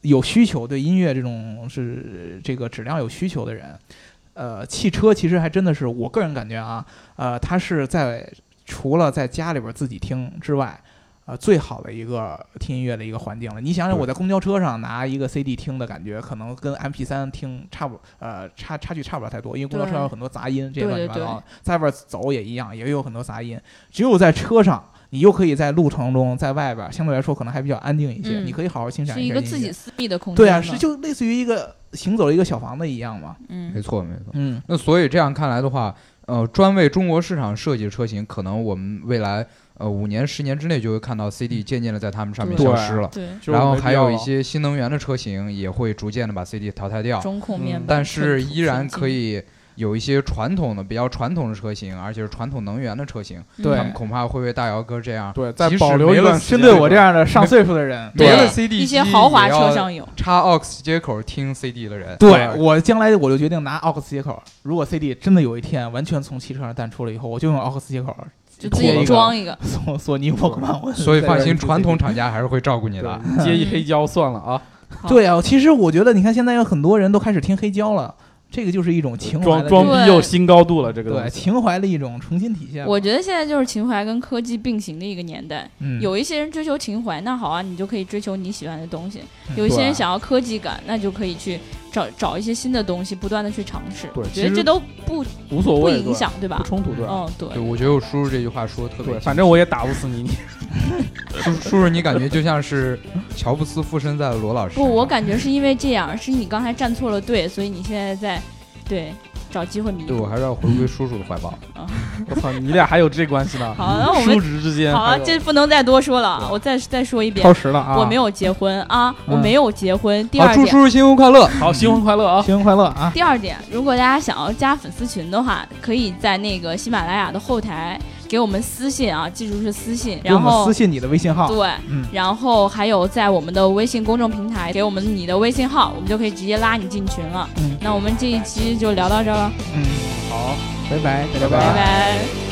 [SPEAKER 2] 有需求对音乐这种是这个质量有需求的人，呃，汽车其实还真的是我个人感觉啊，呃，它是在除了在家里边自己听之外。呃，最好的一个听音乐的一个环境了。你想想，
[SPEAKER 4] 对
[SPEAKER 2] 我在公交车上拿一个 CD 听的感觉，可能跟 MP 3听差不呃差差距差不了太多，因为公交车
[SPEAKER 1] 对
[SPEAKER 2] 上有很多杂音，这些
[SPEAKER 1] 对
[SPEAKER 2] 乱七
[SPEAKER 1] 对
[SPEAKER 2] 八
[SPEAKER 1] 对
[SPEAKER 2] 糟的。在外边走也一样，也有很多杂音。只有在车上，你又可以在路程中，在外边相对来说可能还比较安静一些，
[SPEAKER 1] 嗯
[SPEAKER 2] 你可以好好欣赏
[SPEAKER 1] 是一
[SPEAKER 2] 一下
[SPEAKER 1] 个
[SPEAKER 2] 音
[SPEAKER 1] 自
[SPEAKER 2] 乐
[SPEAKER 1] 己私密的空间
[SPEAKER 2] 对啊，
[SPEAKER 1] 了
[SPEAKER 2] 是就类似于一个行走的一个小房子一样嘛。
[SPEAKER 1] 嗯
[SPEAKER 4] 没错没错。
[SPEAKER 2] 嗯，
[SPEAKER 4] 那所以这样看来的话，呃，专为中国市场设计的车型，可能我们未来呃五年、十年之内就会看到 CD 渐渐的在他们上面
[SPEAKER 3] 对
[SPEAKER 4] 消失了。
[SPEAKER 1] 嗯对
[SPEAKER 3] 就
[SPEAKER 4] 然后
[SPEAKER 3] 没必
[SPEAKER 4] 还
[SPEAKER 3] 要
[SPEAKER 4] 有
[SPEAKER 3] 了
[SPEAKER 4] 一些新能源的车型也会逐渐的把 CD 淘汰掉，
[SPEAKER 1] 中控面板，
[SPEAKER 4] 但
[SPEAKER 1] 寸
[SPEAKER 4] 是
[SPEAKER 1] 土
[SPEAKER 4] 依然
[SPEAKER 1] 寸金
[SPEAKER 4] 可，以有一些传统的、比较传统的车型，而且是传统能源的车型，
[SPEAKER 1] 嗯
[SPEAKER 2] 对
[SPEAKER 4] 他们恐怕会为大姚哥这样，
[SPEAKER 3] 对，再
[SPEAKER 4] 即使
[SPEAKER 3] 保留
[SPEAKER 4] 没
[SPEAKER 3] 一
[SPEAKER 4] 了
[SPEAKER 3] 段时
[SPEAKER 2] 针
[SPEAKER 3] 间
[SPEAKER 2] 对
[SPEAKER 3] 这
[SPEAKER 2] 我这
[SPEAKER 3] 个
[SPEAKER 2] 样的上岁数的人，
[SPEAKER 4] 没
[SPEAKER 1] 对
[SPEAKER 4] 了 CD
[SPEAKER 1] 一些
[SPEAKER 4] 机
[SPEAKER 1] 豪华
[SPEAKER 4] 也
[SPEAKER 1] 车
[SPEAKER 4] 要
[SPEAKER 1] 上有，
[SPEAKER 4] 插 aux 接口听 CD 的人，
[SPEAKER 2] 对我将来我就决定拿 aux 接口。如果 CD 真的有一天完全从汽车上淡出了以后，我就用 aux 接口
[SPEAKER 1] 就
[SPEAKER 2] 拖
[SPEAKER 1] 自
[SPEAKER 2] 一
[SPEAKER 1] 己
[SPEAKER 2] 个
[SPEAKER 1] 装一个，
[SPEAKER 2] 索索尼沃克曼。我
[SPEAKER 4] 所以放
[SPEAKER 2] 在这儿
[SPEAKER 4] 心，
[SPEAKER 2] 用
[SPEAKER 4] 传
[SPEAKER 2] CD
[SPEAKER 4] 统厂家还是会照顾你的。
[SPEAKER 3] 对接一黑胶算了啊，
[SPEAKER 2] 对啊，其实我觉得你看现在有很多人都开始听黑胶了，这个就是一种情怀
[SPEAKER 3] 装
[SPEAKER 2] 的
[SPEAKER 3] 装
[SPEAKER 1] 对
[SPEAKER 3] 逼又新高度了，这个
[SPEAKER 2] 对
[SPEAKER 3] 东西
[SPEAKER 2] 情怀的一种重新体现吧。
[SPEAKER 1] 我觉得现在就是情怀跟科技并行的一个年代。
[SPEAKER 2] 嗯
[SPEAKER 1] 有一些人追求情怀，那好啊，你就可以追求你喜欢的东西；
[SPEAKER 2] 嗯
[SPEAKER 1] 有一些
[SPEAKER 3] 对
[SPEAKER 1] 人想要科技感，那就可以去找找一些新的东西，不断的去尝试。
[SPEAKER 3] 对
[SPEAKER 1] 我
[SPEAKER 3] 其
[SPEAKER 1] 觉得
[SPEAKER 3] 实
[SPEAKER 1] 这都不
[SPEAKER 3] 无所
[SPEAKER 1] 不
[SPEAKER 3] 谓，
[SPEAKER 1] 影
[SPEAKER 3] 对
[SPEAKER 1] 响，对吧
[SPEAKER 3] 不？冲突，对吧
[SPEAKER 1] 嗯，对
[SPEAKER 4] 对，我觉得我叔叔这句话说的特别
[SPEAKER 3] 对，
[SPEAKER 4] 好。
[SPEAKER 3] 反正我也打不死你，你
[SPEAKER 4] 叔叔叔，你感觉就像是乔布斯附身在了罗老师身上。
[SPEAKER 1] 不，我感觉是因为这样，是你刚才站错了队，所以你现在在对找机会弥
[SPEAKER 4] 对我
[SPEAKER 1] 补。
[SPEAKER 4] 还是要回归叔叔的怀抱。
[SPEAKER 3] 我操，你俩还有这关系呢？
[SPEAKER 1] 好，哦那我
[SPEAKER 3] 叔
[SPEAKER 1] 们
[SPEAKER 3] 侄之间
[SPEAKER 1] 好啊，
[SPEAKER 3] 还有
[SPEAKER 1] 这不能再多说了啊，
[SPEAKER 3] 对
[SPEAKER 1] 我再再说一遍
[SPEAKER 2] 超，时了啊！
[SPEAKER 1] 我没有结婚啊，我
[SPEAKER 2] 嗯
[SPEAKER 1] 没有结婚。第
[SPEAKER 4] 好，
[SPEAKER 1] 二
[SPEAKER 4] 祝
[SPEAKER 1] 点
[SPEAKER 4] 叔。叔新婚快乐！
[SPEAKER 3] 好，新婚快乐啊！
[SPEAKER 2] 新年快乐啊！
[SPEAKER 1] 第二点，如果大家想要加粉丝群的话，可以在那个喜马拉雅的后台给我们私信啊，记住是私信，
[SPEAKER 2] 给
[SPEAKER 1] 然
[SPEAKER 2] 我们
[SPEAKER 1] 后
[SPEAKER 2] 私信你的微信号。
[SPEAKER 1] 对。
[SPEAKER 2] 嗯，
[SPEAKER 1] 然后还有在我们的微信公众平台给我们你的微信号，我们就可以直接拉你进群了。
[SPEAKER 2] 嗯啊
[SPEAKER 1] 那我们这一期就聊到这儿了，
[SPEAKER 2] 嗯，好，拜拜，大家
[SPEAKER 1] 拜拜